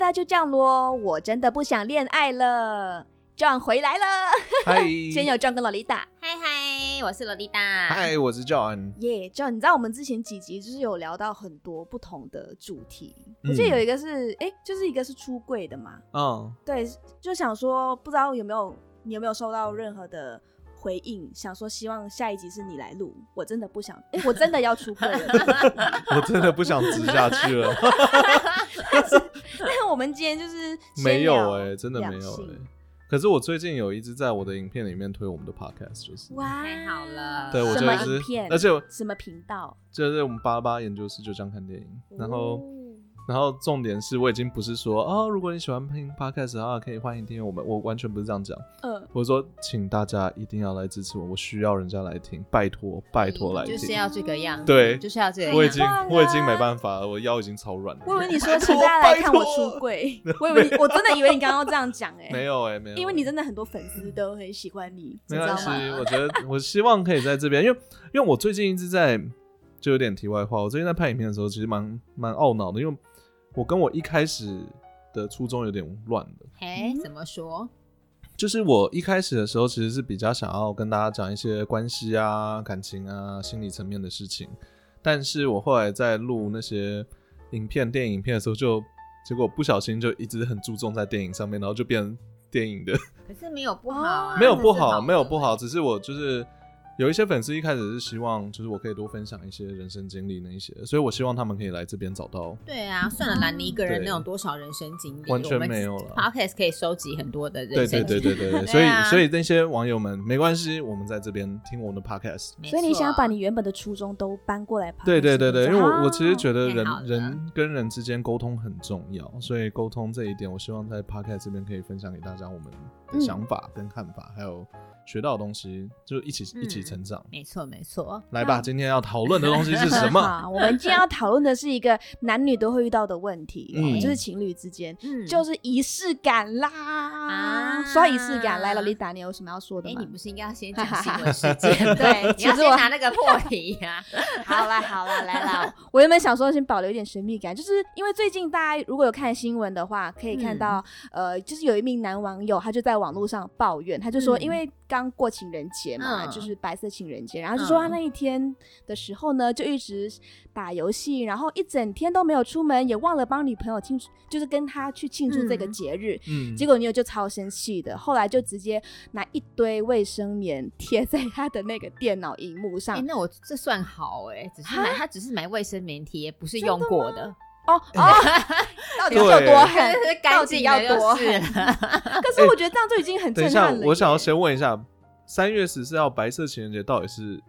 那就这样咯，我真的不想恋爱了。John 回来了，嗨，先有 John 跟洛丽达。嗨嗨，我是罗丽达。嗨，我是 John。耶、j o h n 你知道我们之前几集就是有聊到很多不同的主题，我记得嗯有一个是，哎、就是一个是出柜的嘛，嗯，对，就想说不知道有没有你有没有收到任何的回应，想说希望下一集是你来录，我真的不 想，哎、我真的要出柜了， 我 真的不想直下去了，但是我们今天就是 先没有聊哎、真的没两有哎、性可是我最近有一直在我的影片里面推我们的 podcast，就是哇，哦太好了对我什就么一影直片，，而且我什么频道，就是我们八八研究室就这样看电影，然后。哦然后重点是我已经不是说哦，如果你喜欢听 podcast 的话，可以欢迎订阅我们。我完全不是这样讲，呃，我说请大家一定要来支持我，我需要人家来听，拜托拜托来听。就是要这个样子，对就是要这个样子。我已经、棒啊我已经没办法了，我腰已经超软了。我以为你说 请大家来看我出柜，我以为你我真的以为你刚刚这样讲哎、没有哎、没有欸，因为你真的很多粉丝都很喜欢你，你没知道关系吗？，我觉得我希望可以在这边，因为因为我最近一直在就有点题外话，我最近在拍影片的时候其实蛮蛮懊恼的，因为我跟我一开始的初衷有点乱的，哎嗯，怎么说？就是我一开始的时候其实是比较想要跟大家讲一些关系啊、感情啊、心理层面的事情，但是我后来在录那些影片、电影影片的时候就，结果不小心就一直很注重在电影上面，然后就变成电影的可是没有不好啊，哦没有不是好，的没有不好，。只是我就是有一些粉丝一开始是希望，就是我可以多分享一些人生经历那一些，所以我希望他们可以来这边找到。对啊，算了啦，你一个人对能有多少人生经历？完全我们没有了 Podcast 可以收集很多的人对对生经对历，对对对，啊所以所以那些网友们没关系，我们在这边听我们的 podcast。没所以你错啊想把你原本的初衷都搬过来 podcast 对对对对，因为我我其实得觉得太人好了人跟人之间沟通很重要，所以沟通这一点，我希望在 podcast 这边可以分享给大家我们的嗯想法跟看法，还有学到的东西，就一起一起嗯成长。没错没错。来吧，今天要讨论的东西 是什么？我们今天要讨论的是一个男女都会遇到的问题，哦嗯就是情侣之间。嗯，就是仪式感啦，啊说到仪式感，来了，丽达，你有什么要说的哎，吗？你不是应该要先讲新闻事件？对，你其要实先我拿那个破题啊呀。好啦好啦，来啦！ 我原本想说先保留一点神秘感，就是因为最近大家如果有看新闻的话，可以看嗯到、呃，就是有一名男网友他就在网络上抱怨，他就说嗯因为刚过情人节嘛，嗯就是白色情人节，然后就说他嗯那一天的时候呢，就一直打游戏，然后一整天都没有出门，也忘了帮女朋友庆祝，就是跟他去庆祝这个嗯节日。嗯结果女友就超生气的，后来就直接拿一堆卫生棉贴在他的那个电脑荧幕上哎，，那我这算好哎，只是买他只是买卫生棉贴，不是用过的，哦 哦，到底是 有多狠就是？ 干到底净要的多就是 狠？ 了。可是我觉得这样就已经很等一震下撼了，耶。我想要先问一下，三月十四号白色情人节到底是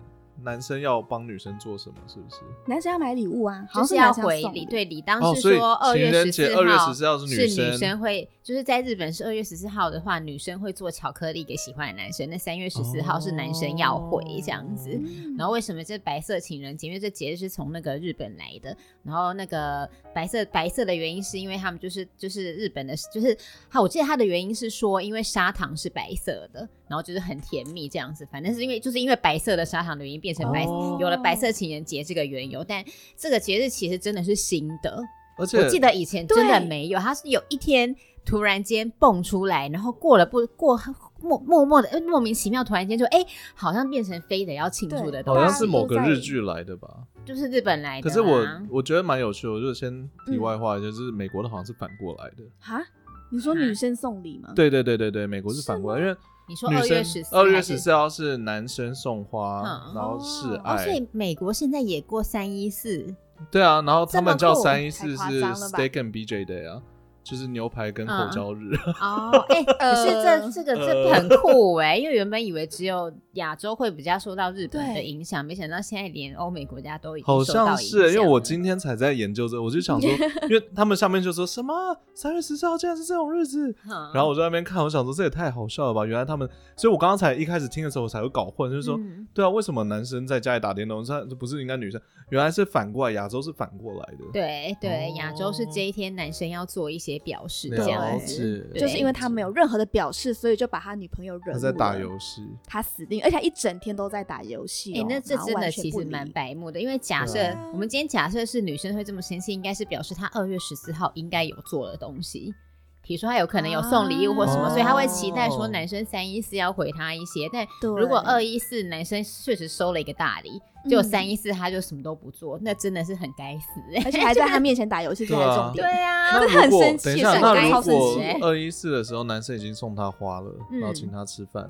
男生要帮女生做什么？是不是？男生要买礼物啊，好就像是男要生回送礼，礼，对礼当哦，是所以说二情月人十节四二月号十四号是是生，女生会，就是在日本是二月十四号的话，女生会做巧克力给喜欢的男生，那三月十四号是男生要回这样子。哦嗯然后为什么这白色情人节？因为这节日是从那个日本来的。然后那个白色白色的原因是因为他们就是就是日本的，就是好，我记得它的原因是说，因为砂糖是白色的，然后就是很甜蜜这样子。反正是因为就是因为白色的砂糖的原因变成白色，哦有了白色情人节这个缘由。但这个节日其实真的是新的，而且我记得以前真的对没有，它是有一天突然间蹦出来，然后过了不过默默默的呃莫名其妙，突然间就哎、好像变成非得要庆祝的对东好西，像是某个大家都在日剧来的吧？就是日本来的、可啊。是我我觉得蛮有趣的，我就先题外嗯话一下，就是美国的好像是反过来的。啊，你说女生送礼吗？，对对对对对，美国是反过来，因为你说女二月生十四，二月十哦四哎号是男生送花，嗯然后示哦哦，所爱，以美国现在也过三一四，对啊，然后他们叫这么酷三一四太夸是张了吧 Steak and BJ Day 啊，就是牛排跟口嗯交日。哦， 哎、可是呃这这个这很酷哎、因为原本以为只有亚洲会比较受到日本的对影响，没想到现在连欧美国家都已经好受到像影是欸，因为响我了今天才在研究这个，我就想说，因为他们上面就说什么三月十四号竟然是这种日子，哼然后我就在那边看，我想说这也太好笑了吧！原来他们，所以我刚刚才一开始听的时候，我才会搞混，就是说，嗯对啊，为什么男生在家里打电动，这不是应该女生？原来是反过来，亚洲是反过来的。，对对哦，亚洲是这一天男生要做一些表示，这了样对子。解，就是因为他没有有任何的表示，所以就把他女朋友惹怒他了。在打游戏，他死定心，而且他一整天都在打游戏、哎、哦。那这然后真完的全其不实理蛮白目的，因为假设、对啊我们今天假设是女生会这么生气，应该是表示她二月十四号应该有做的东西，比如说她有可能有送礼物或什么，哦所以她会期待说男生三一四要回她一些。但对如果二一四男生确实收了一个大礼，结果嗯三一四他就什么都不做，那真的是很该死、 欸。而且还在他面前打游戏，这才是重对点。啊，真那的如很果生气等一下，是那很如超生果气欸二一四的时候，男生已经送她花了，嗯然后请她吃饭，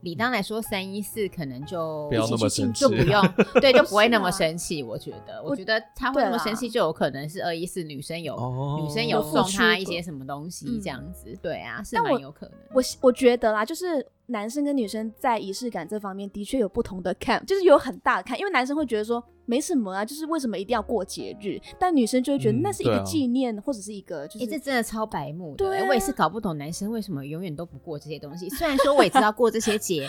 理当来说，三一四可能就不要那么生气就不用，对，就不会那么 是啊生气。我觉得，我我觉得他会那么对啦生气，就有可能是二一四女生有、哦女生有有付送出他过一些什么东西嗯这样子，对啊，是但蛮我有可能。我我觉得啦，就是男生跟女生在仪式感这方面的确有不同的看，就是有很大的看，因为男生会觉得说没什么啊，就是为什么一定要过节日，但女生就会觉得嗯那是一个对啊纪念、或者是一个就哎、是这真的超白目的、对欸啊我也是搞不懂男生为什么永远都不过这些东西。虽然说我也知道过这些节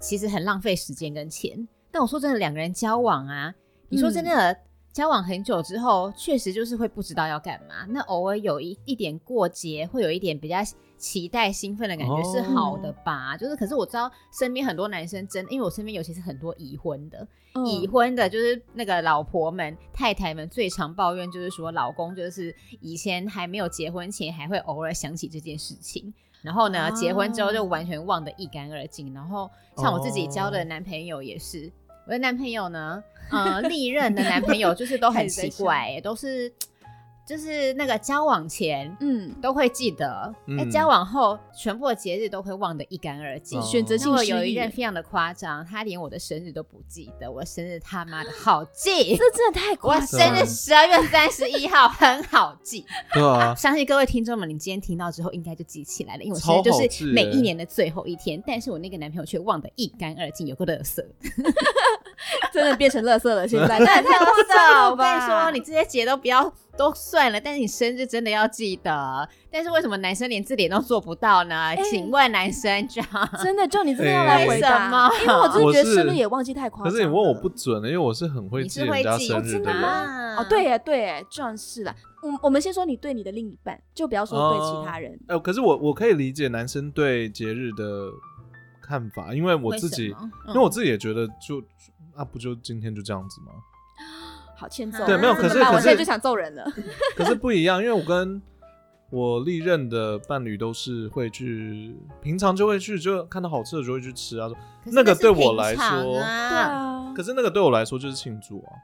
其实很浪费时间跟钱，但我说真的，两个人交往啊，你嗯说真的。交往很久之后，确实就是会不知道要干嘛。那偶尔有一一点过节，会有一点比较期待、兴奋的感觉哦是好的吧？就是，可是我知道身边很多男生真，因为我身边尤其是很多已婚的，嗯已婚的，就是那个老婆们、太太们最常抱怨，就是说老公就是以前还没有结婚前，还会偶尔想起这件事情。然后呢，啊结婚之后就完全忘得一干二净。然后像我自己交的男朋友也是，我的男朋友呢，呃，历任的男朋友就是都很奇怪、都是就是那个交往前嗯都会记得，哎、嗯交往后全部的节日都会忘得一干二净。哦选择那性我失忆有一任非常的夸张，他连我的生日都不记得，我生日他妈的好记。这真的太我夸张生了。日十二月三十一号，很好记。 对啊，相信各位听众们，你今天听到之后应该就记起来了，因为我生日超好就记是每一年的最后一天，但是我那个男朋友却忘得一干二净，有个乐色。真的变成垃 圾了，现在那太也太夸张了吧！ 我跟你说，你这些节都不要都算了，但是你生日真的要记得。但是为什么男生连这点都做不到呢？请问男生这样，真的就你真的要来回答，为什么因为我真的觉哎我是得生日也忘记太夸张可了。是你问我不准的，因为我是很会你记是会人家记生哦日真的的人。啊吗哦，对耶，对耶，这样是啦。我我们先说你对你的另一半，就不要说对其他人。哎、可是我我可以理解男生对节日的看法，因为我为自什己，么嗯因为我自己也觉得就啊，不就今天就这样子吗？好欠揍。对没有可是怎么办我可是现在就想揍人了。可是不一样，因为我跟我历任的伴侣都是会去，平常就会去，就看到好吃的就会去吃啊。可是那个是对我平来常说对啊，啊，可是那个对我来说就是庆祝啊，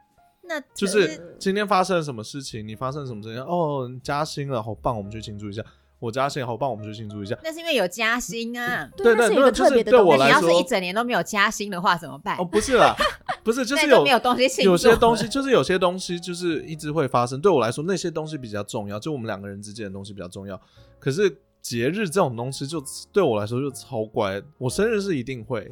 那可就是今天发生了什么事情，你发生了什么事情，哦，你加薪了，好棒，我们去庆祝一下。我加薪了好棒，我们去庆祝一下。那是因为有加薪啊。对那对是一个对就特是别的 对东我西。那来你要是说一整年都没有加薪的话怎么办哦，？不是啦，不 是，就那是就有没有哦东西庆祝了。有些东西就是有些东西就是一直会发生。对我来说，那些东西比较重要，就我们两个人之间的东西比较重要。可是节日这种东西就，对我来说就超怪。我生日是一定会，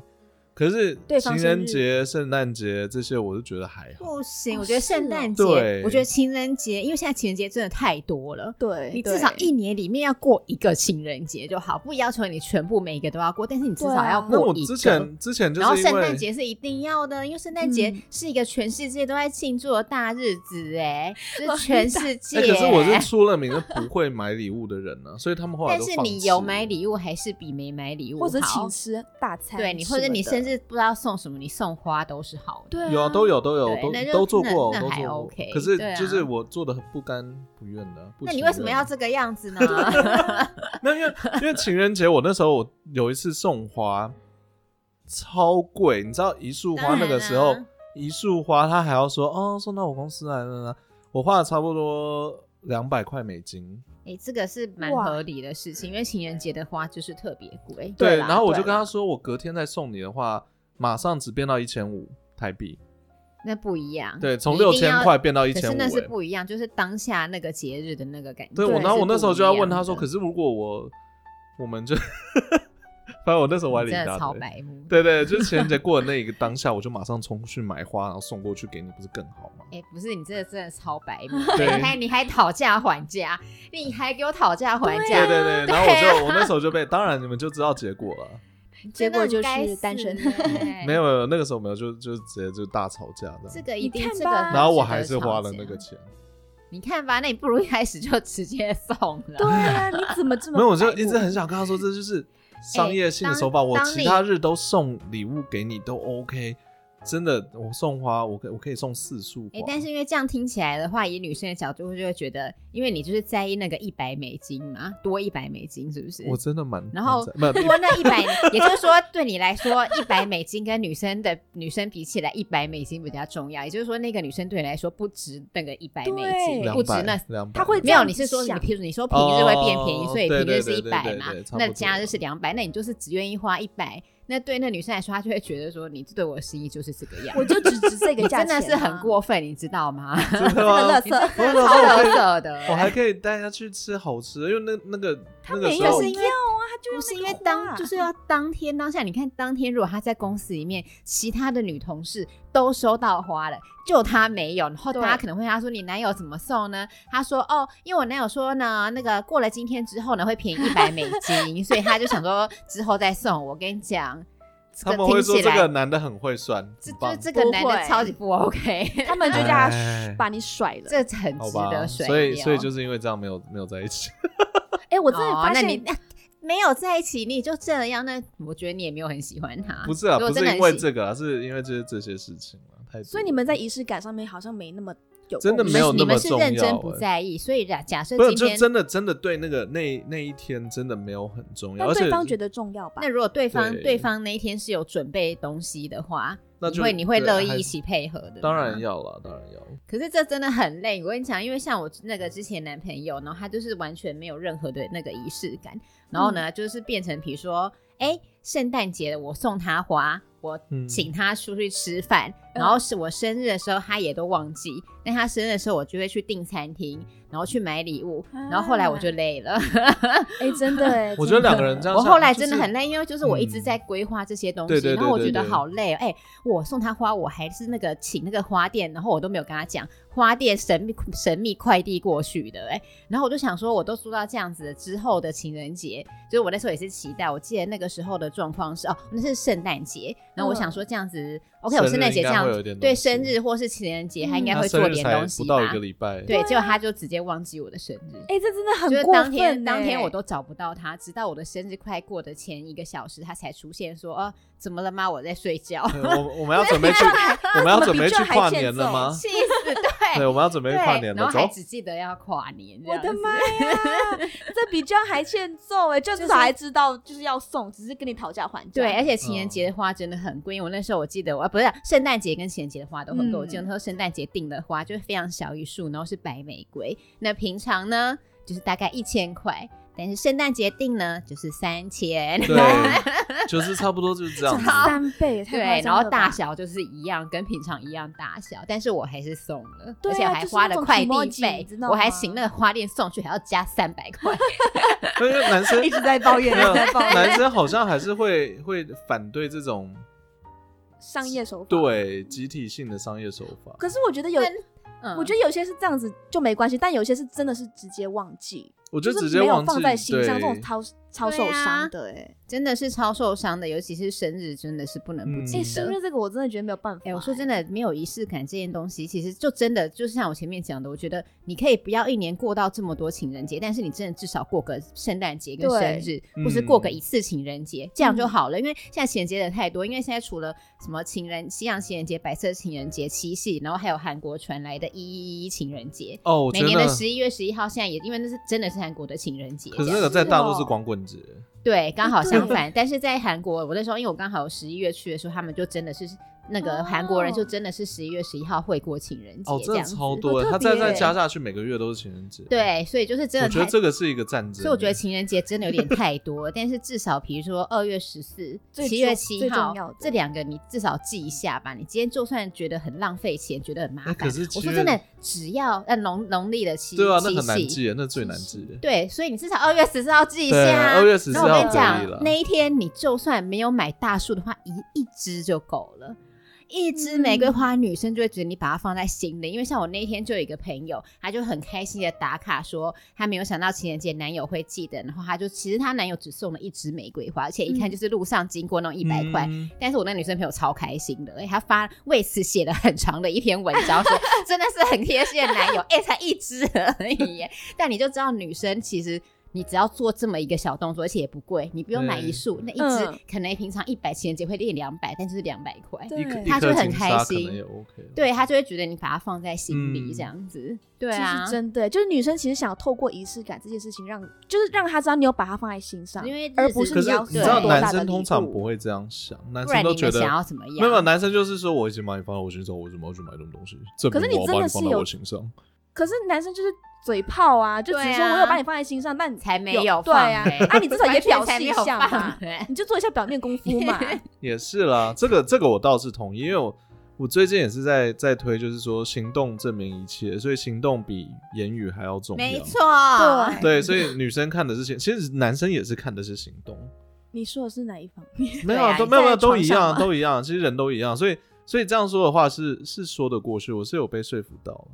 可是对情方人节、圣诞节这些，我就觉得还好。 不行，哦我觉得是哦圣诞节对，我觉得情人节，因为现在情人节真的太多了。对，你对至少一年里面要过一个情人节就好，不要求你全部每一个都要过，但是你至少对啊要那过我一之个。前之前就然后是因圣为诞节是一定要的，因为圣诞节嗯是一个全世界都在庆祝的大日 子，哎，就我是全世界。欸哎、可是我是出了名的不会买礼物的人呢、所以他们后来但都是放你弃有买礼物还是比没买礼物好？或者请吃大餐什么的，对你，或者你甚至不知道送什么，你送花都是好的。对啊有啊，都有都有对都那就都做那过，那都还做过。 OK，可是对啊就是我做的不甘不愿的。不那你情为什么愿要这个样子呢？ 啊 那因为因为情人节，我那时候我有一次送花，超贵，你知道一束花当然啊那个时候啦，一束花他还要说哦送到我公司来了啦，我花了差不多两百块美金，哎、这个是蛮哇合理的事情，因为情人节的花就是特别贵。对啦然后我就对跟啦他说，我隔天再送你的话，马上只变到一千五台币，那不一样。对，从你一六定要千块变到一可千是五欸那，是不一样，就是当下那个节日的那个感觉。对我，对然后我那时候就要问他说，是不可一样的是如果我我们就，反正我那时候我还理真他的的超白目。对对，就是情人节过的那一个当下，我就马上冲去买花，然后送过去给你，不是更好吗？哎、不是你这个真的超白 目，对你还你还讨价还价，你还给我讨价还对啊价，对对对，然后我啊就我那时候就被，当然你们就知道结果了，结果就真的很该是死单身。 欸没有没有那个时候没有，就就直接就大吵架这这样，个一定你看吧这个，然后我还是花了那个。钱，你看吧，那你不如一开始就直接送了。 对啊，你怎么这么没有，我就白目一直很想跟他说，这就是商业性的手法，哎当我当其你他日都送礼物给你都 OK。真的，我送花，我可我可以送四束花哎、。但是因为这样听起来的话，以女生的角度就会觉得，因为你就是在意那个一百美金嘛，多一百美金是不是？我真的蛮然后蛮在 不多那一百，也就是说，对你来说，一百美金跟女生的女生比起来，一百美金比较重要。也就是说，那个女生对你来说不值那个一百美金，对两不值百那。两百，他会没有，你是说你想譬如你说平日会变便宜，哦所以平对日对是一对百对嘛对，差不那多假日是两百，那你就是只愿意花一百。那对那女生来说，她就会觉得说你对我的心意就是这个样我子，就只值这你个价真钱的啊，是很过分，你知道吗？啊真的这个吗乐你真的色。我 超我得瑟的。啊我还可以带他去吃好吃的，因为那那个那个没时有候是因为啊，他就不用是那啊因个为花当就是要当天当下，你看当天如果他在公司里面，其他的女同事都收到花了，就他没有，然后对大家可能会问他说你男友怎么送呢？他说哦，因为我男友说呢，那个过了今天之后呢会便宜一百美金，所以他就想说之后再送。我跟你讲，这他个们会听说起这个来。男的很会算，这很就棒是这个男不的会超级 不 OK，他们就叫哎他把你甩了。这很好值吧，得甩所以掉所以就是因为这样没有没有在一起。哎，我真的哦发那你现，那 没有在一起，你就这样，那我觉得你也没有很喜欢他。不是啊，如果不真是的因很为喜这个啊，是因为这这些事情啊，太多了。所以你们在仪式感上面好像没那么有真的共没有识你那么们是重要认真不哎在意，所以假假设不是今就天真的真的对那个那那一天真的没有很重要，但而且对方觉得重要吧那？如果对方对对方那一天是有准备东西的话，那你就会你会对乐还意是一起配合的，当然。要了，当然要。可是这真的很累，我跟你讲，因为像我那个之前男朋友，然后他就是完全没有任何的那个仪式感，然后呢，嗯就是变成比如说，哎，圣诞节我送他花，我嗯请他出去吃饭，嗯然后是我生日的时候他也都忘记，那他生日的时候我就会去订餐厅，然后去买礼物，然后后来我就累了。哎，真的哎，我觉得真的两个人这样我想，后来真的就是嗯很累，因为就是我一直在规划这些东西，对对对然后我觉对得对好累哦。哎、我送他花，我还是那个请那个花店，然后我都没有跟他讲，花店神秘神秘快递过去的、哎，然后我就想说，我都说到这样子了之后的情人节，就是我那时候也是期待，我记得那个时候的状况是哦，那是圣诞节，然后我想说这样子、o k 我圣诞节这嗯生日应该样会有一点东西嗯对生日或是情人节，他应该他会生做日点才东西不吧到一？个礼啊拜，对，结果他就直接忘记我的生日。哎，这真的就很是过当分天哎。？当天我都找不到他，直到我的生日快过的前一个小时，他才出现说：“哦，怎么了吗？我在睡觉。对呃啊我我们要准 备去，我们要准备去跨年了吗气死！对， 对我们要准备对，去跨年然了，后走还。只记得要跨年。我这的样子妈呀， 这比这样还欠揍哎！就至 就是少还知道就是要送，只是跟你讨价还价。对，而哎且嗯情人节的花真的很贵，因为我那时候我记得我啊不是圣诞节跟情人节的花都很贵，我记得嗯那时候圣诞节订的花就是非常小一束，然后是白玫瑰。那平常呢就是大概一千块，但是圣诞节订呢就是三千。对，就是差不多就是这样子。好三倍也太夸对，然张了吧后大小就是一样，跟平常一样大小，但是我还是送了，对啊而且我还就是花那了种快 kimoji，递你费知道，我还吗请那个花店送去，还要加三百块。因为男 生一直在抱怨，一没有直在抱怨 男生好像还是会会反对这种商业手法。，对集体性的商业手法。可是我觉得有，嗯我觉得有些是这样子就没关系，但有些是真的是直接忘记，我就就直是接没有忘放记在心上，这种对超超对受啊伤的哎。真的是超受伤的，尤其是生日，真的是不能不嗯记哎，欸生得。日这个我真的觉得没有办法。哎、我说真的，没有仪式感这件东西，其实就真的就是像我前面讲的，我觉得你可以不要一年过到这么多情人节，但是你真的至少过个圣诞节跟对生日，或是过个嗯一次情人节，这样就好了。因为现在情人节的太多，因为现在除了什么情人西洋情人节、白色情人节、七夕，然后还有韩国传来的一一一情人节，哦，我每觉年的得，十一月十一号，现在也因为那是真的是韩国的情人节这可样，是那个在大陆是是哦光棍节，对，刚好对 相反。但是在韩国，我那时候因为我刚好十一月去的时候，他们就真的是那个哦韩国人就真的是十一月十一号会过情人节哦，这真的样子。超好多的，特他再别欸再加下去，每个月都是情人节。，欸对，所以就是真我的觉得太这个是一个战争。欸所以我觉得情人节真的有点太多，但是至少比如说二月十四、 最七月重七最重号要的这两个，你至少记一下吧。你今天就算觉得很浪费钱，觉得很麻哎烦，可是我七说月真的，只要呃农农历的七对啊，那七很难夕记，那最难记。欸对，所以你至少二月十四号记一对下啊。 2月14然后我跟你号可以了讲，那一天你就算没有买大束的话，一一支就够了。一支玫瑰花，女生就会觉得你把它放在心里，因为像我那一天就有一个朋友，她就很开心的打卡说，她没有想到情人节男友会记得，然后她就其实她男友只送了一支玫瑰花，而且一看就是路上经过那种一百块，嗯但是我那女生朋友超开心的，哎、她发为此写了很长的一篇文章，说 真的是很贴心的男友，哎、才一只而已耶。但你就知道女生其实。你只要做这么一个小动作，而且也不贵，你不用买一对束，那一嗯支、可能平常一百情人节会列两百，但就是两百块，对哎一颗一他就颗很金开沙可能心也 OK。对他就会觉得你把它放在心里嗯这样子，对这啊是。真的，欸就是女生其实想要透过仪式感这件事情让，就是让她知道你有把她放在心上，因为日而子不是可你是要你知送道，多大男的生礼通常物不会这样想，男不生然都你觉们得想要怎么样？没有，男生就是说我已经把你放在我身上，我为什么要去买这种东西？证可是明你我真把的你是放在有我身上。可是男生就是嘴炮啊，就只对说啊我有把你放在心上，但你才没有有对放哎啊啊嘞啊你至少也完全表才示没一有下放 嘛嘞你就做一下表面功夫 嘛。也是啦，这个这个我倒是同意，因为我我最近也是在在推，就是说行动证明一切，所以行动比言语还要重要。没错，啊对啊对，所以女生看的是行，其实男生也是看的是行 动，你说的是哪一方 面？没有啊你都没有在没有都一床上样吗都一样，其实人都一样，所以所以这样说的话是是说得过去，我是有被说服到了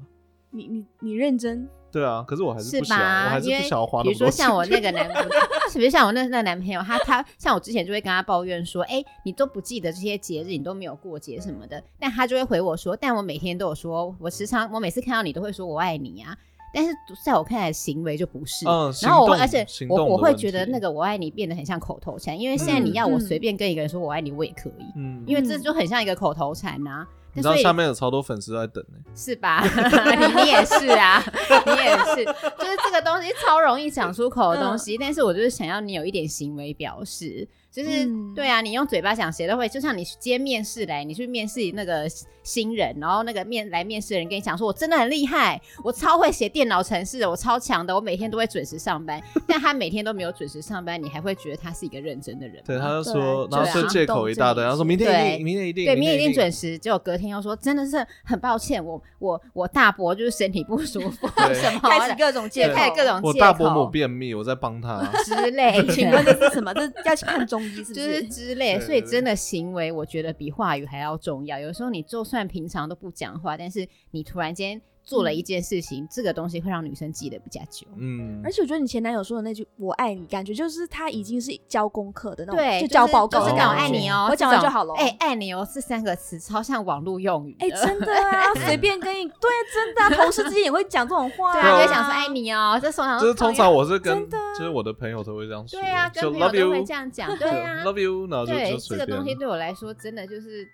你你你认真？对啊，可是我还是是不想，我吧？还是因为不想要花那比么如多说钱。像我那个男，比如像我那那个男朋友，他他像我之前就会跟他抱怨说，哎、你都不记得这些节日，你都没有过节什么的。但他就会回我说，但我每天都有说，我时常我每次看到你都会说我爱你啊。但是在我看来，行为就不是。嗯然后我会而行动且行我动的我会问觉得题那个我爱你变得很像口头禅，因为现在你嗯要我嗯随便跟一个人说我爱你，我也可以， 嗯，因为这嗯就很像一个口头禅呐、啊。但你知道所以下面有超多粉丝都在等呢、是吧？ 你你也是啊，你也是，就是这个东西超容易讲出口的东西，但是我就是想要你有一点行为表示，就是、嗯对啊，你用嘴巴讲谁都会，就像你去接面试来，你去面试那个新人，然后那个面来面试的人跟你讲说，我真的很厉害，我超会写电脑程式的，我超强的，我每天都会准时上班，但他每天都没有准时上班，你还会觉得他是一个认真的人吗？对，他就对说，就然后是说行借口动一这大件堆，然后说事明天一啊对定，明天一定，对，明天一定准时。时。结果隔天又说，真的是很抱歉，我我我大伯就是身体不舒服， 对什么开始各种借对口，啊开始各。种我借大伯母口便秘，我在帮他。 之 类 的，哎请问这是什么？这要去看中医是不就是是？之类的。对所以对真的行为，我觉得比话语还要重要。有时候你就算平常都不讲话，但是你突然间做嗯了一件事情，这个东西会让女生记得比较久。嗯而，且我觉得你前男友说的那句“我爱你”，感觉就是他已经是交功课的那种，对，就交报就告是的那感觉。种爱你哦，我讲完这种就好了。哎，爱你哦，这三个词超像网络用语的。哎，真的 啊，随便跟你对，真的啊，同事之间也会讲这种话啊，对对啊，啊就会 想说爱你哦，这通常就是通常我是跟，真的啊就是我的朋友都会这样说，对啊，跟就朋友 love 都会 you，这样讲， 就对啊， love you，然后就对就这随个便东。西对我来说真的就是，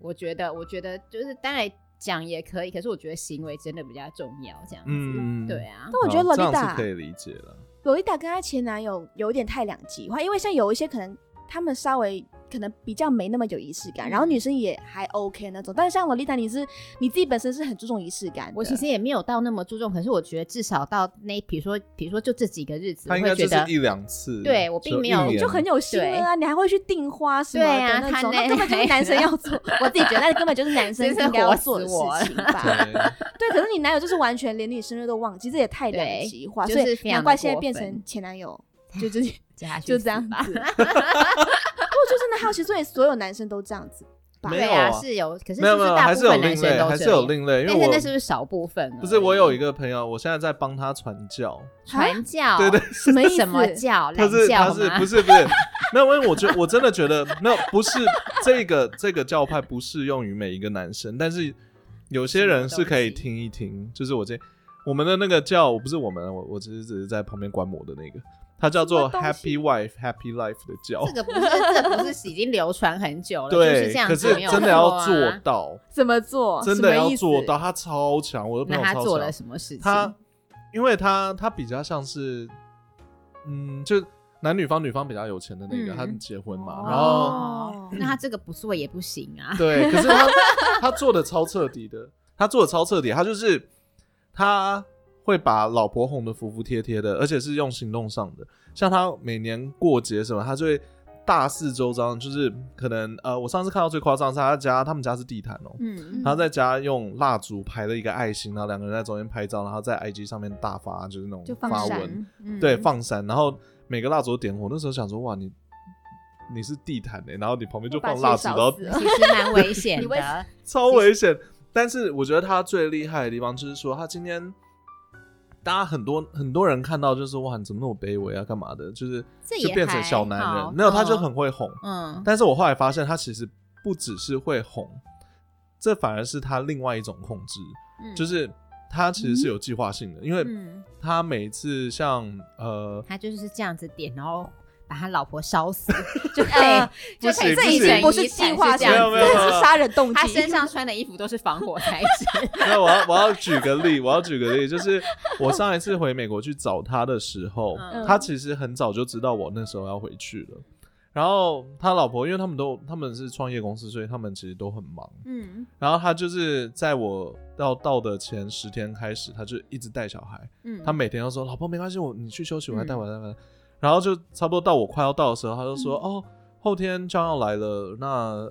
我觉得，我觉得就是当然讲也可以，可是我觉得行为真的比较重要，这样子，嗯对啊，但我觉得好洛这丽样是塔可以理解了。洛丽达跟她前男友有点太两极化，因为像有一些可能他们稍微可能比较没那么有仪式感，嗯然后女生也还 OK 那种。但是像洛丽达，你是你自己本身是很注重仪式 感的，我其实也没有到那么注重，可是我觉得至少到那，比如说，比如说就这几个日子，我他应会该觉就得是一两次，对我并就没一有年就很有心了啊，你还会去订花什么对啊的那种，他那根本就是男生要 做。我自己觉得那根本就是男生真是应该要火做的死事我情吧。对 对，可是你男友就是完全连你生日都忘记，这也太两对极化，就所是以非常难的怪现在过变分成前男 友，就自己。叫他去就死这样吧 子。不过我就真的好奇，所以所有男生都这样子吧？ 没对有啊，啊是有，可是没有就没有，大还部是有分男另生类，都还这是有样。另类，因为但是我那是不是少部分而已？不是我有一个朋友，我现在在帮他传教，传教， 对对什么意思？什么教？他懒是他嗯教是吗不？是不是？没有，因为我觉我真的觉得，没有不是这个这个教派不适用于每一个男生，但是有些人是可以听一听。就是我这我们的那个教，我不是我们，啊我我只是只是在旁边观摩的那个，它叫做什么东西 Happy Wife Happy Life 的教这。个不是，这个不是已经流传很久了，就是哦对这，样可子，是没有真的错要啊做到，怎么做？真什的么要意思做到。他超强，我的朋那他友超做强了。什么事情？他，因为他他比较像是，嗯，就男女方女方比较有钱的那个，嗯他们结婚嘛，然后哦那他这个不做也不行啊。对，可是他他做的超彻底的，他做的超彻底，他就是他会把老婆哄得服服帖帖的，而且是用行动上的。像他每年过节什么，他就会大肆周章，就是可能呃，我上次看到最夸张是他家，他们家是地毯哦、 嗯，然后在家用蜡烛排了一个爱心，然后两个人在中间拍照，然后在 IG 上面大发，就是那啊种就放发闪文，嗯对，放闪，然后每个蜡烛都点火。那时候想说，哇，你你是地毯哎、然后你旁边就放蜡烛，然其后实蛮危险你为的。超危险。但是我觉得他最厉害的地方就是说，他今天大家很多很多人看到就是哇，你怎么那么卑微啊，干嘛的？就是这也就变成小男还好人，没有，他嗯就很会哄。嗯，但是我后来发现，他其实不只是会哄，这反而是他另外一种控制，就是它其实是有计划性的，因为嗯，它每一次像呃， 他就是这样子点，然后把他老婆烧死，就可呃以，就可以不这行自己已经不成不行是遗计产划这性，没有样没有这子。是杀人动机。他身上穿的衣服都是防火材 质，那我要我要举个例，我要举个例，就是我上一次回美国去找他的时候，嗯他其实很早就知道我那时候要回去了。然后他老婆，因为他们都他们是创业公司，所以他们其实都很忙。嗯然后他就是在我要到的前十天开始，他就一直带小孩，嗯，他每天都说：“老婆，没关系，我你去休息，我来带我来带我来。”然后就差不多到我快要到的时候，他就嗯说：“哦，后天将要来了，那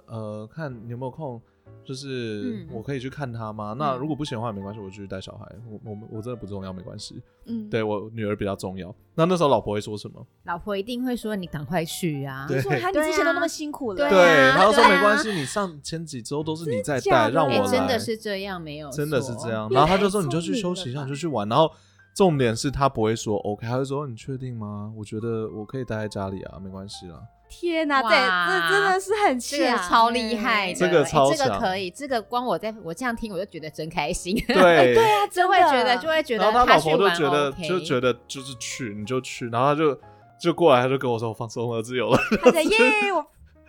呃，看你有没有空，就是嗯我可以去看他吗？那如果不行的话，也没关系，我就去带小孩。我我们我真的不重要，没关系。嗯，对我女儿比较重要。那那时候老婆会说什么？老婆一定会说你赶快去啊，对说他你对之前都那啊么辛苦了，对对，啊她就说对啊没关系，你上前几周都是你在真的假带，的让哎我来。真的是这样，没有真的是错这样。也然后他太就说你哦就聪去明休了息一下，吧你就去玩。然后重点是他不会说 OK，他会说哦你确定吗？我觉得我可以待在家里啊，没关系 啦。天哪，这哇这真的是很这个强欸，超厉害的，这个哎超啊这个强可以，这个光我在我这样听我就觉得真 开心， 对。对啊，就真会觉得的就会觉然得后他老去婆就玩觉得 OK 就觉得就是去你就去，然后他就就过来，他就跟我说我放松了，自由了。 他讲 耶，我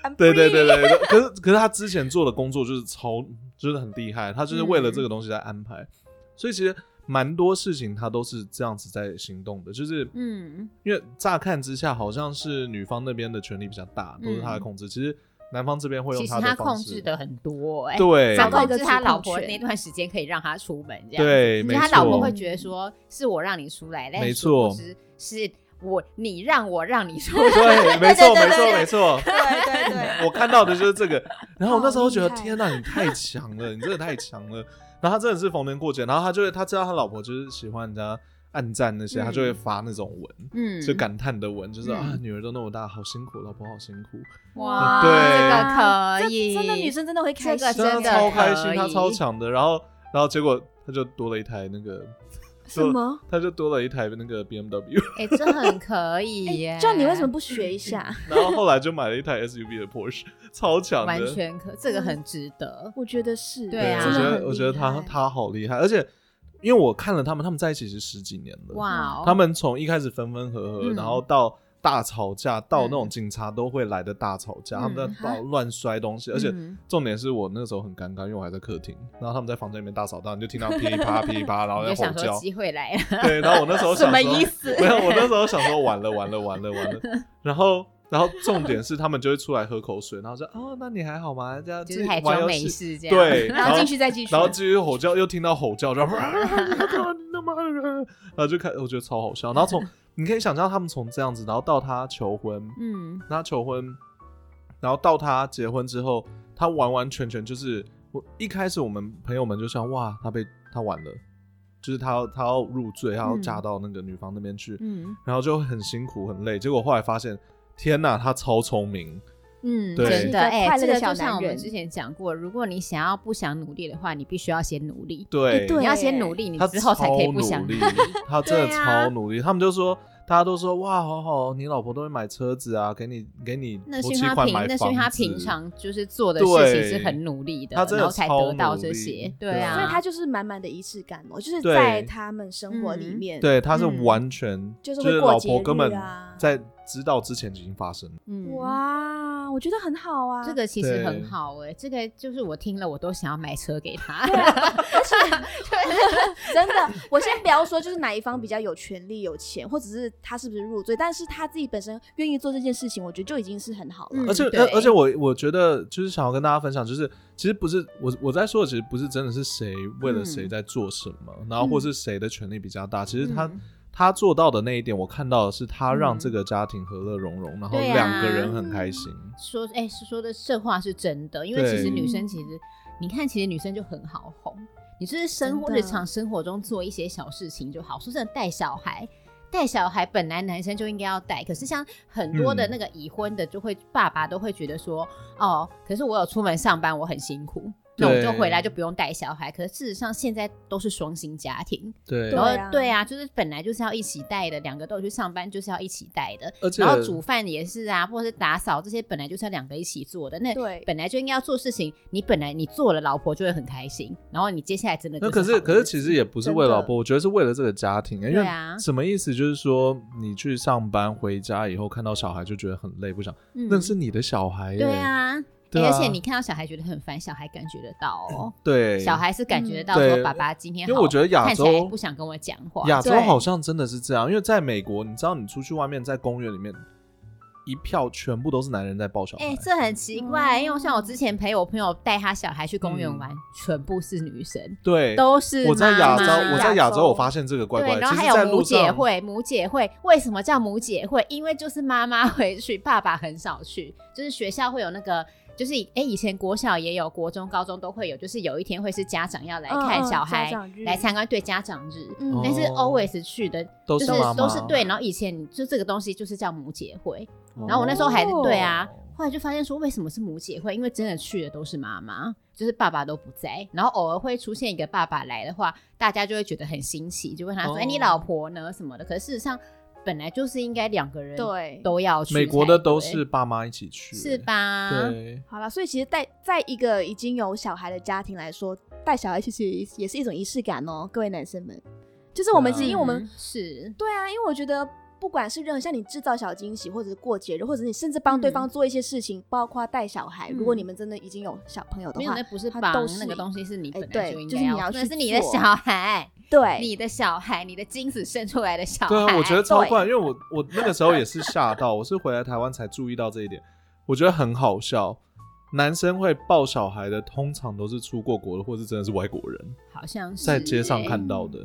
I'm 对对 free 对对。对可是可是他之前做的工作就是超就是很厉害，他就是为了嗯这个东西在安排，所以其实蛮多事情他都是这样子在行动的，就是嗯，因为乍看之下好像是女方那边的权力比较大，都是他的控制，其实男方这边会用嗯其实他的他方控式。制的很多哎，对他找到一控 个制他主控老婆权那段时间可以让他出门这样，，对，就没他错，老婆会觉得说是我让你出来，但没殊不错知是我你让我让你 出来，对，没 错，对没对错，对没错。对对对， 我看到的就是这个，然后我那时候觉得好厉害天哪，你太强了，你真的太强了。然后他真的是逢年过节，然后他就会他知道他老婆就是喜欢人家暗赞那些，嗯他就会发那种文，嗯，就感叹的文，就是嗯啊，女儿都那么大，好辛苦，老婆好辛苦。哇，对这个可以，真的女生真的会开这个心，真的超开心，可以他超强的。然后，然后结果他就多了一台那个什么？他就多了一台那个 BMW，哎，这很可以耶，哎这样你为什么不学一下？ 然后后来就买了一台 SUV 的 Porsche，超强完的。全可，这个很值得，我觉得是，对啊我真觉的很得我觉得厉他害他好厉害，而且因为我看了他们，他们在一起是十几年了，哇哦，嗯他们从一开始分分合合，嗯然后到大吵架，到那种嗯警察都会来的大吵架，嗯他们在哈到乱摔东西，而且嗯重点是我那时候很尴尬，因为我还在客厅，然后他们在房间里面大吵大，你就听到噼里啪啦噼里啪啦，然后你在就吼想说叫，机会来了， 对，然后我那时候什想说么意思没有，我那时候想说完了完了完了完了，然后。然后重点是他们就会出来喝口水，然后说哦，那你还好吗？这样就自是己还玩装游没戏，事这样， 对，然后进去再继续，然后继续吼叫，又听到吼叫， 然后你他妈的，然后就看，我觉得超好笑。然后从你可以想象他们从这样子，然后到他求婚，嗯，他求婚，然后到他结婚之后，他完完全全就是我一开始我们朋友们就想哇，他被他完了，就是他要他要入赘，他要嗯嫁到那个女方那边去，嗯然后就很辛苦很累。结果后来发现，天呐，他超聪明，嗯，对真的，哎、快乐这的个小就像我男们人之前讲过，如果你想要不想努力的话，你必须要先努力，对哎对你要先努啊力，你他之后才可以不超想努努 力力。，他真的对啊超努力。他们就说，大家都说哇，好好，你老婆都会买车子啊，给你给你那是头因期为他款平，买那是因为他房子平常就是做的事情是很努力的，对他真的然后才超得到努这力些。对对啊啊，所以他就是满满的仪式感哦，就是对在他们生活里面，对他是嗯完全就是会是过老节婆根本日啊在知道之前就已经发生了，嗯，哇，我觉得很好啊，这个其实很对好哎、这个就是我听了我都想要买车 给他。真 的，我先不要说就是哪一方比较有权利、有钱，或者是他是不是入赘，但是他自己本身愿意做这件事情，我觉得就已经是很好了。嗯而且对而且我我觉得就是想要跟大家分享，就是其实不是我我在说的，其实不是真的是谁为了谁嗯在做什么，然后或是谁的权利比较大，其实他。嗯他做到的那一点，我看到的是他让嗯这个家庭和乐融融，然后对啊两个人很开心。说哎、是说的这话是真的，因为对其实女生其实，你看，其实女生就很好哄，你就是生活真的日常生活中做一些小事情就好。说真的，带小孩。带小孩本来男生就应该要带，可是像很多的嗯那个已婚的，就会、爸爸都会觉得说，哦，可是我有出门上班，我很辛苦，那我们对就回来就不用带小孩。可是事实上现在都是双薪家庭，对对然啊后对啊，就是本来就是要一起带的，两个都有去上班就是要一起带的，而且然后煮饭也是啊，或者是打扫这些本来就是要两个一起做的，那对本来就应该要做事情，你本来你做了，老婆就会很开心，然后你接下来真的那就可好是日可是子其实也不是真为老的婆，我觉得是为了这个家庭，因为对啊什么意思？就是说你去上班回家以后看到小孩就觉得很累，不想，嗯那是你的小孩耶，对啊。对啊而且你看到小孩觉得很烦，小孩感觉得到哦，对，小孩是感觉得到嗯说对爸爸今天因为我觉得好亚看起洲来不想跟我讲话，亚洲对好像真的是这样，因为在美国，你知道你出去外面在公园里面，一票全部都是男人在抱小孩，哎、这很奇怪，嗯因为像我之前陪我朋友带他小孩去公园玩，嗯全部是女生，对，都是我在亚妈洲妈是，我在亚亚洲洲我发现这个怪怪对，的，然后其还实在有母路姐上，会，母姐会为什么叫母姐会？因为就是妈妈会去，爸爸很少去，就是学校会有那个。就是以哎、以前国小也有，国中、高中都会有，就是有一天会是家长要来看小孩，来参观对家长日，嗯但是哦 always 去的都就是是妈妈都是对，然后以前就这个东西就是叫母姐会，然后我那时候还哦对啊，后来就发现说为什么是母姐会，因为真的去的都是妈妈，就是爸爸都不在，然后偶尔会出现一个爸爸来的话，大家就会觉得很新奇，就问他说：“哦哎、你老婆呢？”什么的。可是事实上本来就是应该两个人对。都要去才对，美国的都是爸妈一起去，哦是？吧？对，好了，所以其实带在一个已经有小孩的家庭来说，带小孩其实也也是一种仪式感哦，各位男生们。就是我们对啊其实因为我们嗯是对啊，因为我觉得不管是任何像你制造小惊喜，或者是过节日，或者是你甚至帮对方做一些事情，包括带小孩。嗯如果你们真的已经有小朋友的没有，话那，不是它帮都是那个东西是你哎本来对就应就该是你要要做，那去是你的做小孩，对，你的小孩，你的精子生出来的小孩。对啊，我觉得超对怪，因为我我那个时候也是吓到，我是回来台湾才注意到这一点，我觉得很好笑。男生会抱小孩的，通常都是出过国的，或是真的是外国人，好像是在街上哎看到的。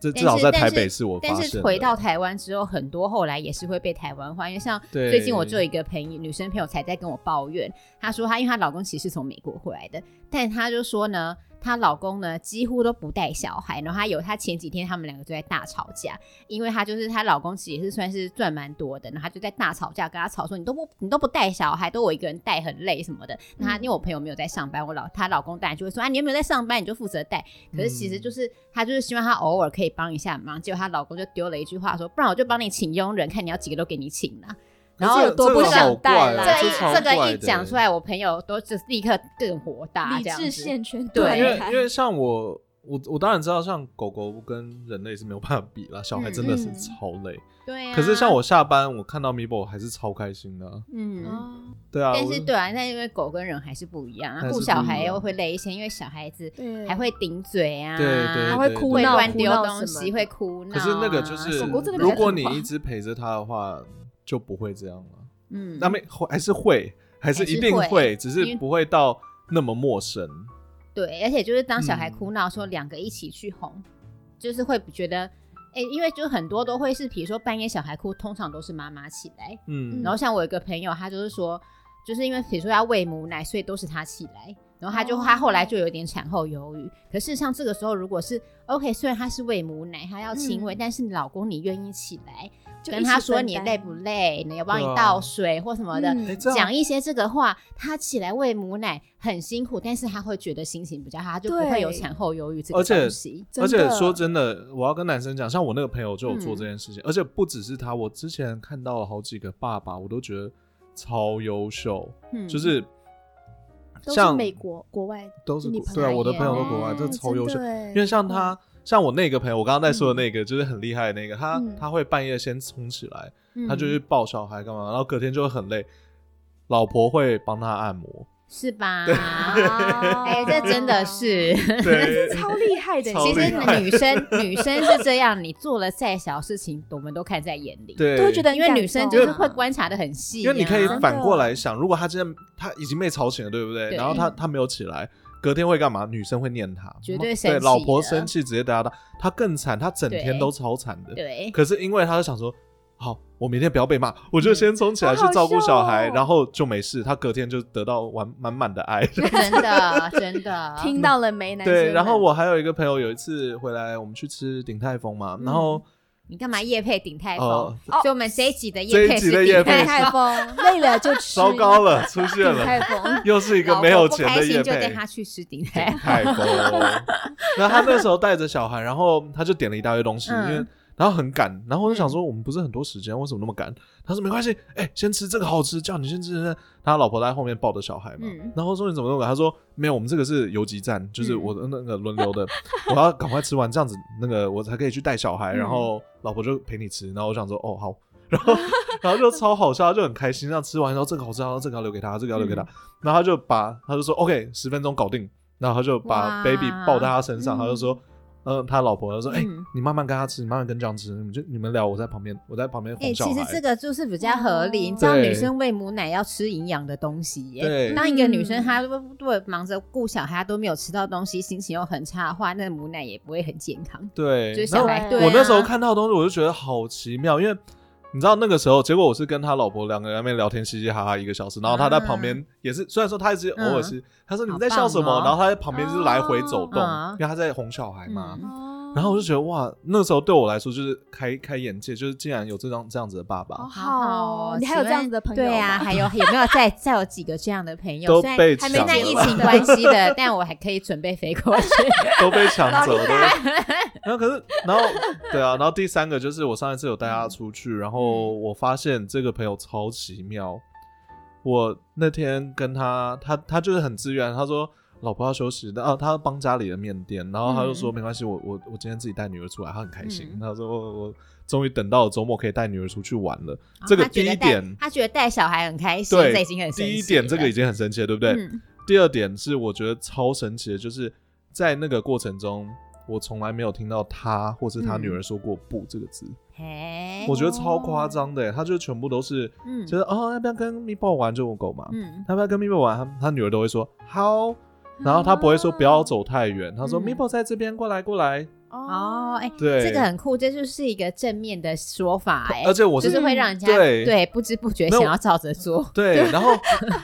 这但至少是在但台是北市我发现但的。是回到台湾之后，很多后来也是会被台湾化，因为像对最近我就有一个朋友，女生朋友才在跟我抱怨，她说她因为她老公其实是从美国回来的，但她就说呢，她老公呢几乎都不带小孩，然后她有她前几天他们两个就在大吵架，因为她就是她老公其实是算是赚蛮多的，然后她就在大吵架，跟她吵说你都不你都不带小孩，都我一个人带很累什么的。那她因为我朋友没有在上班，我老她老公当然就会说啊你有没有在上班，你就负责带。可是其嗯实就是她就是希望她偶尔可以帮一下忙，结果她老公就丢了一句话说，不然我就帮你请佣人，看你要几个都给你请啦。可然后是有多这不个想好带怪啦啊这这一超这怪个一的讲出来，我朋友都就是立刻更火大，理啊这样智子。线圈对因为因为像我，我我当然知道，像狗狗跟人类是没有办法比啦，小孩真的是嗯嗯超累。对啊。可是像我，下班，我看到 Mibo 我还是超开心的啊、嗯。哦对啊，但我是对啊，那因为狗跟人还是不一样啊，还是顾不小一孩又样会累一些，因为小孩子对，还会顶嘴啊，对对还会对哭会闹乱哭丢闹东什么西，的会哭闹啊。可是那个就是狗狗真的，比较如果听你话一直陪着它的话，就不会这样了。嗯，那没还是会，还是还是一定会会，只因是为不会到那么陌生。对，而且就是当小孩嗯哭闹说两个一起去哄，就是会觉得，哎，因为就很多都会是，比如说半夜小孩哭，通常都是妈妈起来，嗯，然后像我有一个朋友，他就是说，就是因为比如说要喂母奶，所以都是他起来。然后他就、哦他后来就有点产后忧郁。可事实上，这个时候如果是 OK，虽然他是喂母奶，他要亲喂，嗯但是你老公你愿意起来就跟一起他说分你担累不累，你要帮你对啊倒水或什么的，嗯哎这样讲一些这个话，他起来喂母奶很辛苦，但是他会觉得心情比较好，他就不会有对产后忧郁这而个且东西。真而且的嗯说真的，我要跟男生讲，像我那个朋友就有做这件事情，而且不只是他，我之前看到了好几个爸爸，我都觉得超优秀，嗯就是都是像美国国外，都是你国朋对啊，友哦我的朋友都耶国外，真的超优秀，因因为像他。像我那个朋友，我刚刚在说的那个，就是很厉害的那个，他、嗯他会半夜先冲起来，嗯他就去抱小孩干嘛，然后隔天就会很累，老婆会帮他按摩，是吧？ 哎、哎这真 的是。对，超厉害的， 超其厉实害女生女生是这样，你做了再小事情，我们都看在眼里。，对，都会觉得很因为感女生动就是会观察的很细、啊，因为你可以真的反过来想，如果他今天他已经被吵醒了，对不对？对然后他他没有起来，隔天会干嘛？女生会念他，绝对生气对了老婆生气，直接打他，他更惨，他整天都超惨的。对，可是因为他就想说，好，我明天不要被骂，我就先冲起来去照顾小孩，好好笑哦。然后就没事，他隔天就得到完满满的爱。真的真 的听到了没，男生们？对，然后我还有一个朋友，有一次回来，我们去吃鼎泰丰嘛，然后你干嘛夜配顶泰丰？哦所以我们这一集的这夜一配集是的顶业配泰顶丰。 泰丰累了就吃，糟糕 了，出现顶了，泰丰。又是一个老没婆有不钱开的心叶就带配。他去吃 顶泰顶泰丰， 那他那时候带着小孩，然后他就点了一大堆东西，嗯因为然后很赶，然后我就想说我们不是很多时间，为什么那么赶？他说没关系，哎、先吃这个好吃，叫你先吃。那他老婆在后面抱着小孩嘛，嗯然后说你怎么那么赶？他说没有，我们这个是游击战，就是我的那个轮流的，我要赶快吃完，这样子那个我才可以去带小孩，嗯然后老婆就陪你吃。然后我想说哦好， 然后然后就超好笑，就很开心。让吃完然后这个好吃，然后这个要留给他，这个要留给他。然后他就把他就说 OK，十分钟搞定。然后他就把哇 baby 抱在他身上，嗯他就说，嗯，他老婆就说，哎、嗯你慢慢跟他吃，你慢慢跟这样吃，你们就你们聊，我在旁边，我在旁边哎、哄小孩。其实这个就是比较合哦理，你知道对女生喂母奶要吃营养的东西耶。对当一个女嗯生她对忙着顾小孩，她都没有吃到东西，心情又很差的话，那母奶也不会很健康。对，就是小然后孩，然后对、啊、我那时候看到的东西，我就觉得好奇妙，因为你知道那个时候，结果我是跟他老婆两个人在那边聊天，嘻嘻哈哈一个小时，然后他在旁边也是，虽然说他一直偶尔是，他说你们在笑什么，嗯好棒哦然后他在旁边就是来回走动，嗯因为他在哄小孩嘛。嗯然然后我就觉得哇，那时候对我来说就是开开眼界，就是竟然有这样这样子的爸爸，好好好好哦哦，你还有这样子的朋友吗？对啊，还有有没有再再有几个这样的朋友？都虽然被还没抢在了疫情关系的，但我还可以准备飞过去。都被抢走了。老都被然后可是，然后对啊，然后第三个就是我上一次有带他嗯出去，然后我发现这个朋友超奇妙。我那天跟他，他他就是很自愿，他说老婆要休息，但啊，他帮家里的面店，然后他就说、嗯没关系，我我我今天自己带女儿出来，他很开心。嗯他说我我终于等到周末可以带女儿出去玩了。 这个哦他觉第得一带点，他觉得带小孩很开心，对这已经很神奇第一点这个已经经很神奇了，对不对？嗯第二点是我觉得超神奇的，就是在那个过程中，我从来没有听到他或是他嗯女儿说过“不”这个字，嘿我觉得超夸张的耶。欸他就全部都是哦嗯觉得哦，要不要跟咪宝玩这种狗嘛？嗯啊要不要跟咪宝玩？他他女儿都会说好，然后他不会说不要走太远，他说嗯咪宝在这边，过来过来。哦，哎、对，这个很酷，这就是一个正面的说法、哎，而且我就是是会让人家对不知不觉没有想要照着做。 对，然后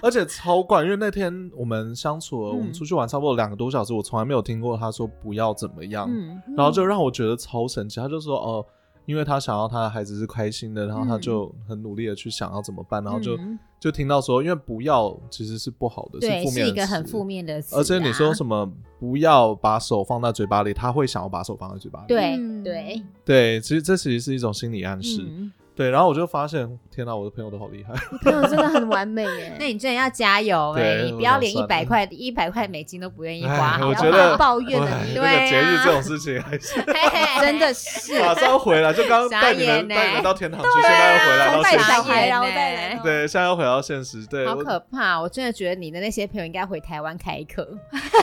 而且超怪，因为那天我们相处了，我们嗯出去玩差不多两个多小时，我从来没有听过他说不要怎么样。嗯，嗯然后就让我觉得超神奇。他就说哦，因为他想要他的孩子是开心的，然后他嗯就很努力的去想要怎么办，然后就、嗯就听到说，因为不要其实是不好的，对，负面是的一个很词负。面的词、啊而且你说什么不要把手放在嘴巴里，他会想要把手放在嘴巴里。对、嗯对，对，其实这其实是一种心理暗示。嗯对，然后我就发现，天哪，我的朋友都好厉害。你朋友真的很完美 耶。那你真的要加油哎、对你不要连一我打算百块一百块美金都不愿意花，哎好我不好觉得抱怨的 哎你对那个啊节日这种事 情还是 真的是马上回来，就刚傻带你眼们带你欸啊们到天堂去，现在又回来从到从带现小实。孩，然后再来对，现在又回到现实。对，哎好我可怕！我真的觉得你的那些朋友应该回台湾开课，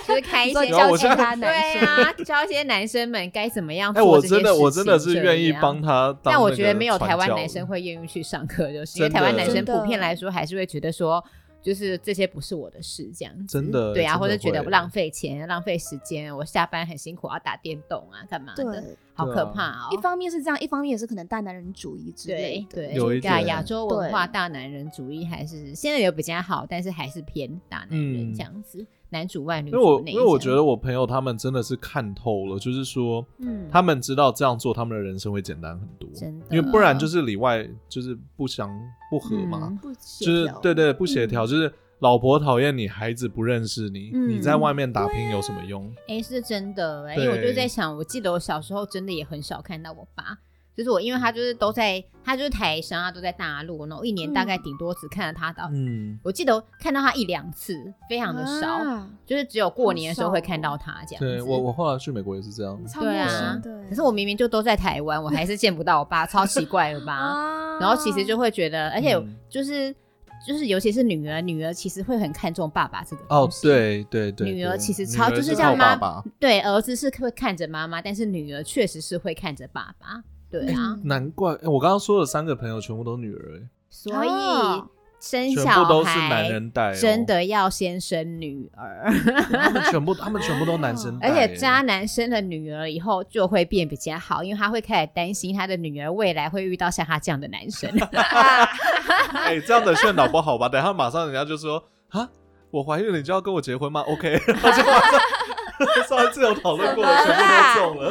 就 是开一说些有啊教我其现在他男对生。啊，教一些男生们该怎么样哎、啊做我这些真事情。的我真的是愿意这样帮他当，但我觉得没有台湾男生。会愿意去上课，就是因为真的台湾男生真的普遍来说还是会觉得说，就是这些不是我的事这样子。真的对啊，真的或者觉得会浪费钱、浪费时间，我下班很辛苦，我要打电动啊，干嘛的，对，好对啊可怕一哦。方面是这样，一方面也是可能大男人主义之类对的。对，有一对啊，点亚洲文化对大男人主义还是现在有比较好，但是还是偏大男人嗯这样子，男主外女因主为我内因为我这觉样得我朋友他们真的是看透了，就是说嗯，他们知道这样做他们的人生会简单很多，真的，因为不然就是里外就是不相不和嘛，嗯不就是对对不协调，嗯就是老婆讨厌你，孩子不认识你，嗯你在外面打拼有什么用？哎、是真的哎、因为我对就在想，我记得我小时候真的也很少看到我爸，就是我，因为他就是都在，他就是台商啊，都在大陆，然后一年大概顶多只看到他到，嗯，我记得我看到他一两次，非常的少，啊就是只有过年的时候会看到他这样对子。我我后来去美国也是这样，超对陌啊生的。可是我明明就都在台湾，我还是见不到我爸，超奇怪了吧？啊然后其实就会觉得，而且嗯就是、就是，尤其是女儿，女儿其实会很看重爸爸这个哦东，西。对对对，女儿对其实超女儿就是是靠像妈爸爸，对，儿子是会看着妈妈，但是女儿确实是会看着爸爸。对啊，嗯难怪、欸我刚刚说的三个朋友全部都女儿、欸，所以哦生全小部都是男孩人带、哦，嗯真，的要先生女儿， 他们全部他们全部都男生带、 而欸，且渣男生了女儿以后就会变比较好，因为他会开始担心他的女儿未来会遇到像他这样的男 生。哎、这样的劝导不 好吧？等一下马上人家就说啊，我怀孕了，你就要跟我结婚吗？OK，然后就马上上一次有讨论过的全部都中了，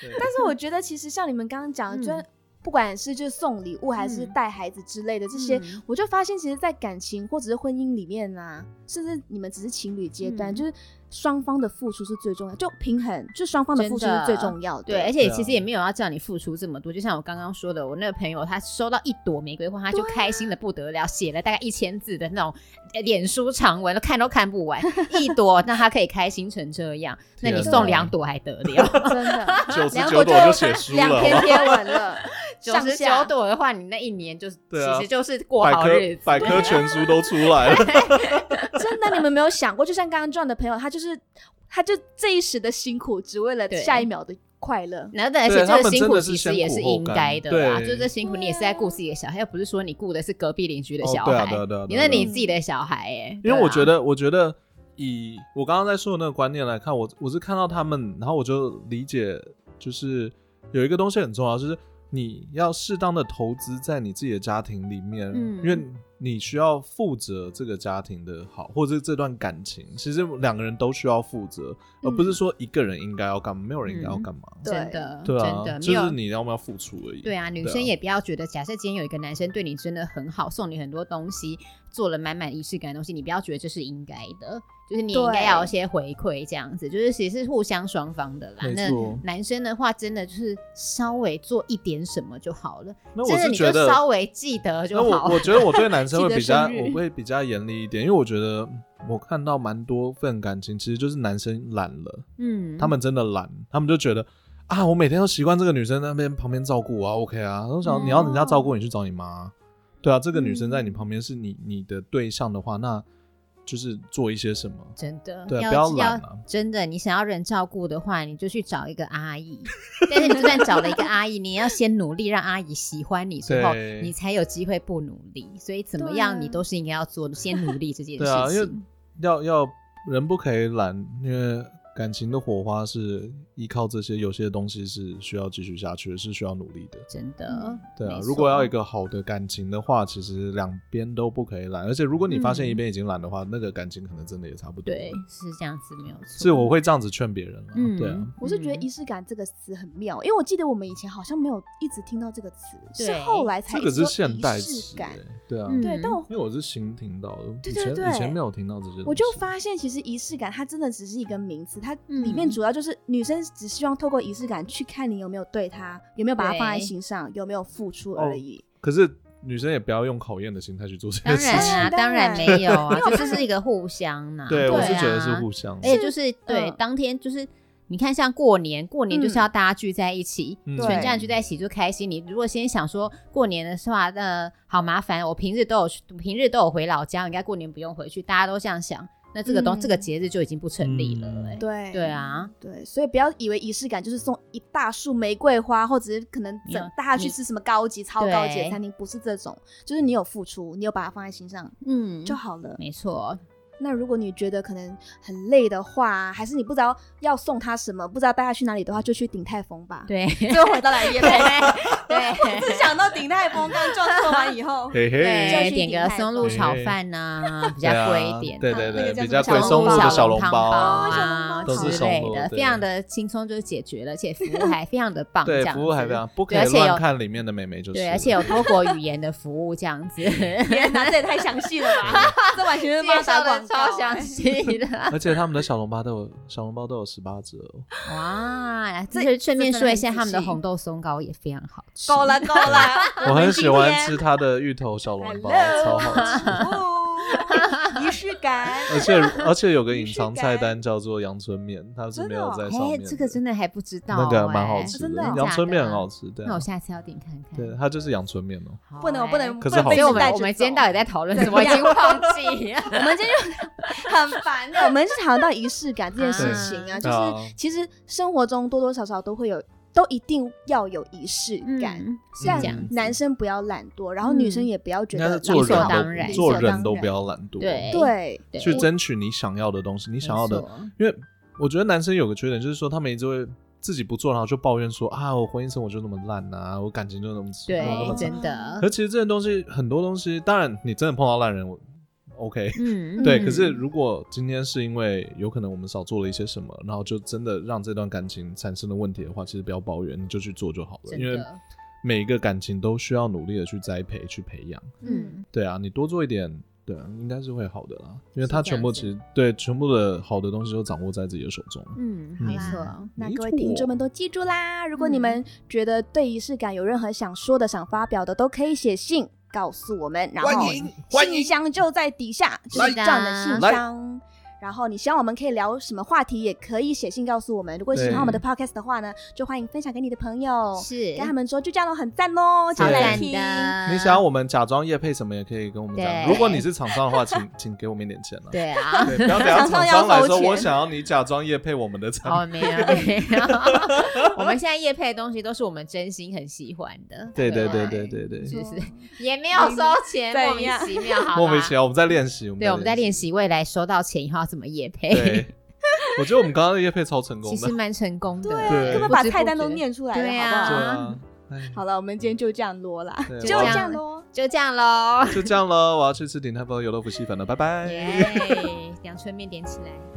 对 但是我觉得，其实像你们刚刚讲的，就嗯不管是就是送礼物还是嗯带孩子之类的这些，嗯我就发现，其实，在感情或者是婚姻里面啊，甚至你们只是情侣阶段，嗯就是双方的付出是最重要，就平衡，就双方的付出真是的最重要的。对，而且且对啊其实也没有要叫你付出这么多，就像我刚刚说的，我那个朋友他收到一朵玫瑰花，他就啊开心的不得了，写了大概一千字的那种呃脸书长文，都看都看不完，一朵，那他可以开心成这样，那你天啊送哪两朵还得 了？真 的九十两九口朵就写书两了，篇贴文了，九上十九下朵的话，你那一年就是、对啊其实就是过百好日科子，百科全书都出来了。真的，你们没有想过，就像刚刚 John 的朋友，他就是他就这一时的辛苦，只为了对嗯下一秒的快乐。然后，但而对且这他个们辛真苦的是其先实也苦是后应甘该的啦，对就是这辛苦你也是在顾自己的小孩，又不是说你顾的是隔壁邻居的哦小对啊孩，对啊对啊对啊你那对啊你自己的小孩哎、因为对我啊觉得，我觉得以我刚刚在说的那个观念来看，我我是看到他们，然后我就理解，就是有一个东西很重要，就是你要适当的投资在你自己的家庭里面，嗯因为你需要负责这个家庭的好，或者是这段感情，其实两个人都需要负责，而不嗯是说一个人应该要干嘛，没有人应该要干嘛。对真的，对嗯真啊，的没就有是你要不要付出而已。对啊，女生也不要觉得，假设今天有一个男生对你真的很好，送你很多东西，做了满满仪式感的东西，你不要觉得这是应该的，就是你对应该要有一些回馈，这样子，就是其实是互相双方的啦。没那错。男生的话，真的就是稍微做一点什么就好了，那我真的是你就觉得稍微记得那就我好。我觉得我对男生记会得比较，生日我会比较严厉一点，因为我觉得嗯我看到蛮多份感情，其实就是男生懒了，嗯，他们真的懒，他们就觉得啊，我每天都习惯这个女生在那边旁边照顾我啊，OK 啊，我想嗯你要人家照顾你去找你妈啊，对啊，这个女生在你旁边是你你的对象的话，那就是做一些什么，真的对要啊不要懒啊要真的，你想要人照顾的话，你就去找一个阿姨。但是你就算找了一个阿姨，你也要先努力让阿姨喜欢你之后，对你才有机会不努力。所以怎么对样，啊你都是应该要做的，先努力这件事对情。啊，因为要要人不可以懒，因为感情的火花是依靠这些，有些东西是需要继续下去的，是需要努力的。真的嗯，对啊没，错如果要一个好的感情的话，其实两边都不可以懒，而且如果你发现一边已经懒的话，那个感情可能真的也差不嗯多。对，是这样子没有错。所以我会这样子劝别人了。嗯，对啊，我是觉得仪式感这个词很妙，因为我记得我们以前好像没有一直听到这个词，是对后来才这一个直是说现代仪词式，感哎。对啊，嗯对，但我因为我是新听到的，以对对前对以前没有听到这些东西。我就发现，其实仪式感它真的只是一个名词，它里面嗯主要就是女生只希望透过仪式感去看你有没有对她，有没有把她放在心上，有没有付哦出而已。可是女生也不要用考验的心态去做这当件事然情。啊，当当然然没有啊，这就是一个互相呐。 对，我啊哎是觉得是互相的。而且就是对、嗯当天就是你看，像过年，过年就是要大家聚在一起，嗯全家人对聚在一起就开心。你如果先想说过年的话，那好麻烦，我平日都有去平日都有回老家，应该过年不用回去，大家都这样想，那这个东、嗯这个节日就已经不成立了、欸。对对啊，对，所以不要以为仪式感就是送一大束玫瑰花，或者是可能没有整带她去你吃什么高级、超高级的对餐厅，不是这种，就是你有付出，你有把它放在心上嗯，就好了。没错，那如果你觉得可能很累的话，还是你不知道要送她什么，不知道带她去哪里的话，就去鼎泰丰吧。，对 最后回到来夜配。 对。只想到鼎泰丰，刚撞错完以 后，嘿对嘿，对，点个松露炒饭呐、比较贵一点、对啊那对个对，叫比较什贵么松露小的小笼汤哦包啊啊都是之松类露的，对非常的轻松就解决了，而且服 务还非常的棒，这对，样服务还子非常不可对而以且有乱看里面的美眉就是了。对，而且有多国语言的服务这样 子，天哪，这也太详细了吧！这完全是妈介绍打的广告、超详。细 的，而且他们的小笼包都有小笼包都有十八折哦，哇！这这顺便说一下，这真的很仔细他们的红豆松糕也非常好吃，够了够了，我很喜欢吃它的芋头小笼包， 超好吃。哦吃。仪式感，而且而且有个隐藏菜单叫做阳春面，它是没有在上 哎面的。，这个真的还不知道，那个哎蛮好吃真的的哦，阳春面很好吃。对啊那我下次要点看看。对，它就是阳春面哦。好不能哎不能，不可是能好被所以吃时我们代我们卷今天走到底在讨论对什么？我已经忘记。我们今 天很烦啊的，我们是谈到仪式感这件事情啊，对嗯就是其实生活中多多少少都会有，都一定要有仪式感。嗯，是但这样。嗯男生不要懒惰，然后女生也不要觉应该得是理做所人当然都理做所人当都然不要懒惰，对对对去争取你想要的东西，你想要的没，错因为我觉得男生有个缺点就是说，他们一直会自己不做，然后就抱怨说啊，我婚姻生活就那么烂啊，我感情就那么差对那这。么，差真的可，其实这些东西很多东西，当然你真的碰到烂人，我 OK。嗯对，嗯可是如果今天是因为有可能我们少做了一些什么，然后就真的让这段感情产生了问题的话，其实不要抱怨，你就去做就好了。真因为的，每一个感情都需要努力的去栽培、去培养。嗯，对啊，你多做一点，对、啊，应该是会好的啦。因为是它这全样部子其实对全部的好的东西都掌握在自己的手中。嗯，嗯好没啦错，那没各位错嗯听众们都记住啦！如果你们觉得对仪式感有任何想说的、想发表的，都可以写信告诉我们，然后欢迎欢迎信箱就在底下，就是这样的信来箱。然后你希望我们可以聊什么话题，也可以写信告诉我们。如果喜欢我们的 podcast 的话呢，就欢迎分享给你的朋友，是跟他们说就这样咯，很赞哦，超就来赞听。的，你想要我们假装夜配什么也可以跟我们讲。对如果你是厂商的话，请请给我们一点钱啊。对啊， 对，不要等厂下商厂要商来收说，我钱想要你假装夜配我们的产品。哦，没有没有，我们现在夜配的东西都是我们真心很喜欢的， 对对对对对对，是是说也没有收钱，嗯怎莫名样其 妙，好啦莫名其。妙，我们在练习，对，我们在练习。习未来收到钱以后要怎么夜配，对， 我觉得我们刚刚的夜配超 成功其的实。蛮成功的，对对啊，根本把菜单都念出来对了，啊好对不好？啊，哎好了，我们今天就这样啰啦，对啊就我这要样啰。不知不觉，就这样喽。哎就这样喽，我要去吃鼎泰丰油豆腐细粉了，拜拜。耶，阳春面点起来。